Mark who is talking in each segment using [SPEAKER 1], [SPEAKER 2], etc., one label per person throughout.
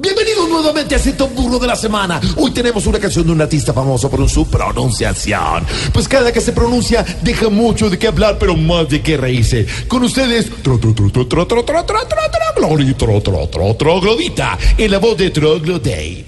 [SPEAKER 1] Bienvenidos nuevamente a Cito Burro de la Semana. Hoy tenemos una canción de un artista famoso por su pronunciación. Pues cada que se pronuncia deja mucho de qué hablar, pero más de qué reírse. Con ustedes, tro, tro, tro, tro, tro, tro, tro, tro, tro, Glori, tro, tro, tro, troglodita, en la voz de Troglodate.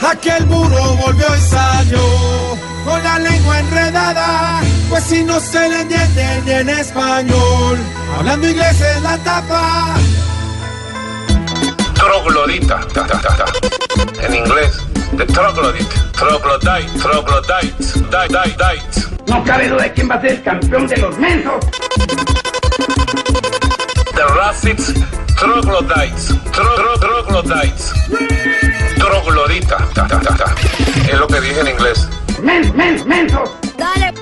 [SPEAKER 2] Aquí el burro volvió y salió con la lengua enredada, pues si no se le entiende ni en español, hablando inglés es la tapa.
[SPEAKER 3] troglodita. ta, ta, ta, ta. En inglés, the troglodyte. Troglodyte, troglodyte, die, die, die.
[SPEAKER 4] No cabe duda de quién va a ser el campeón de los mensos.
[SPEAKER 3] The racists, troglodytes. Tro, tro- troglodytes. Troglodita. ta, ta, ta, ta. Es lo que dije en inglés.
[SPEAKER 4] Mensos, mensos, mensos.
[SPEAKER 5] Dale,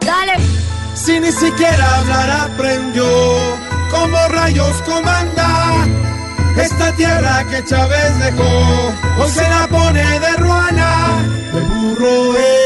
[SPEAKER 5] dale.
[SPEAKER 2] Si ni siquiera hablar aprendió, como rayos comanda esta tierra que Chávez dejó, hoy se la pone de ruana. El burro es.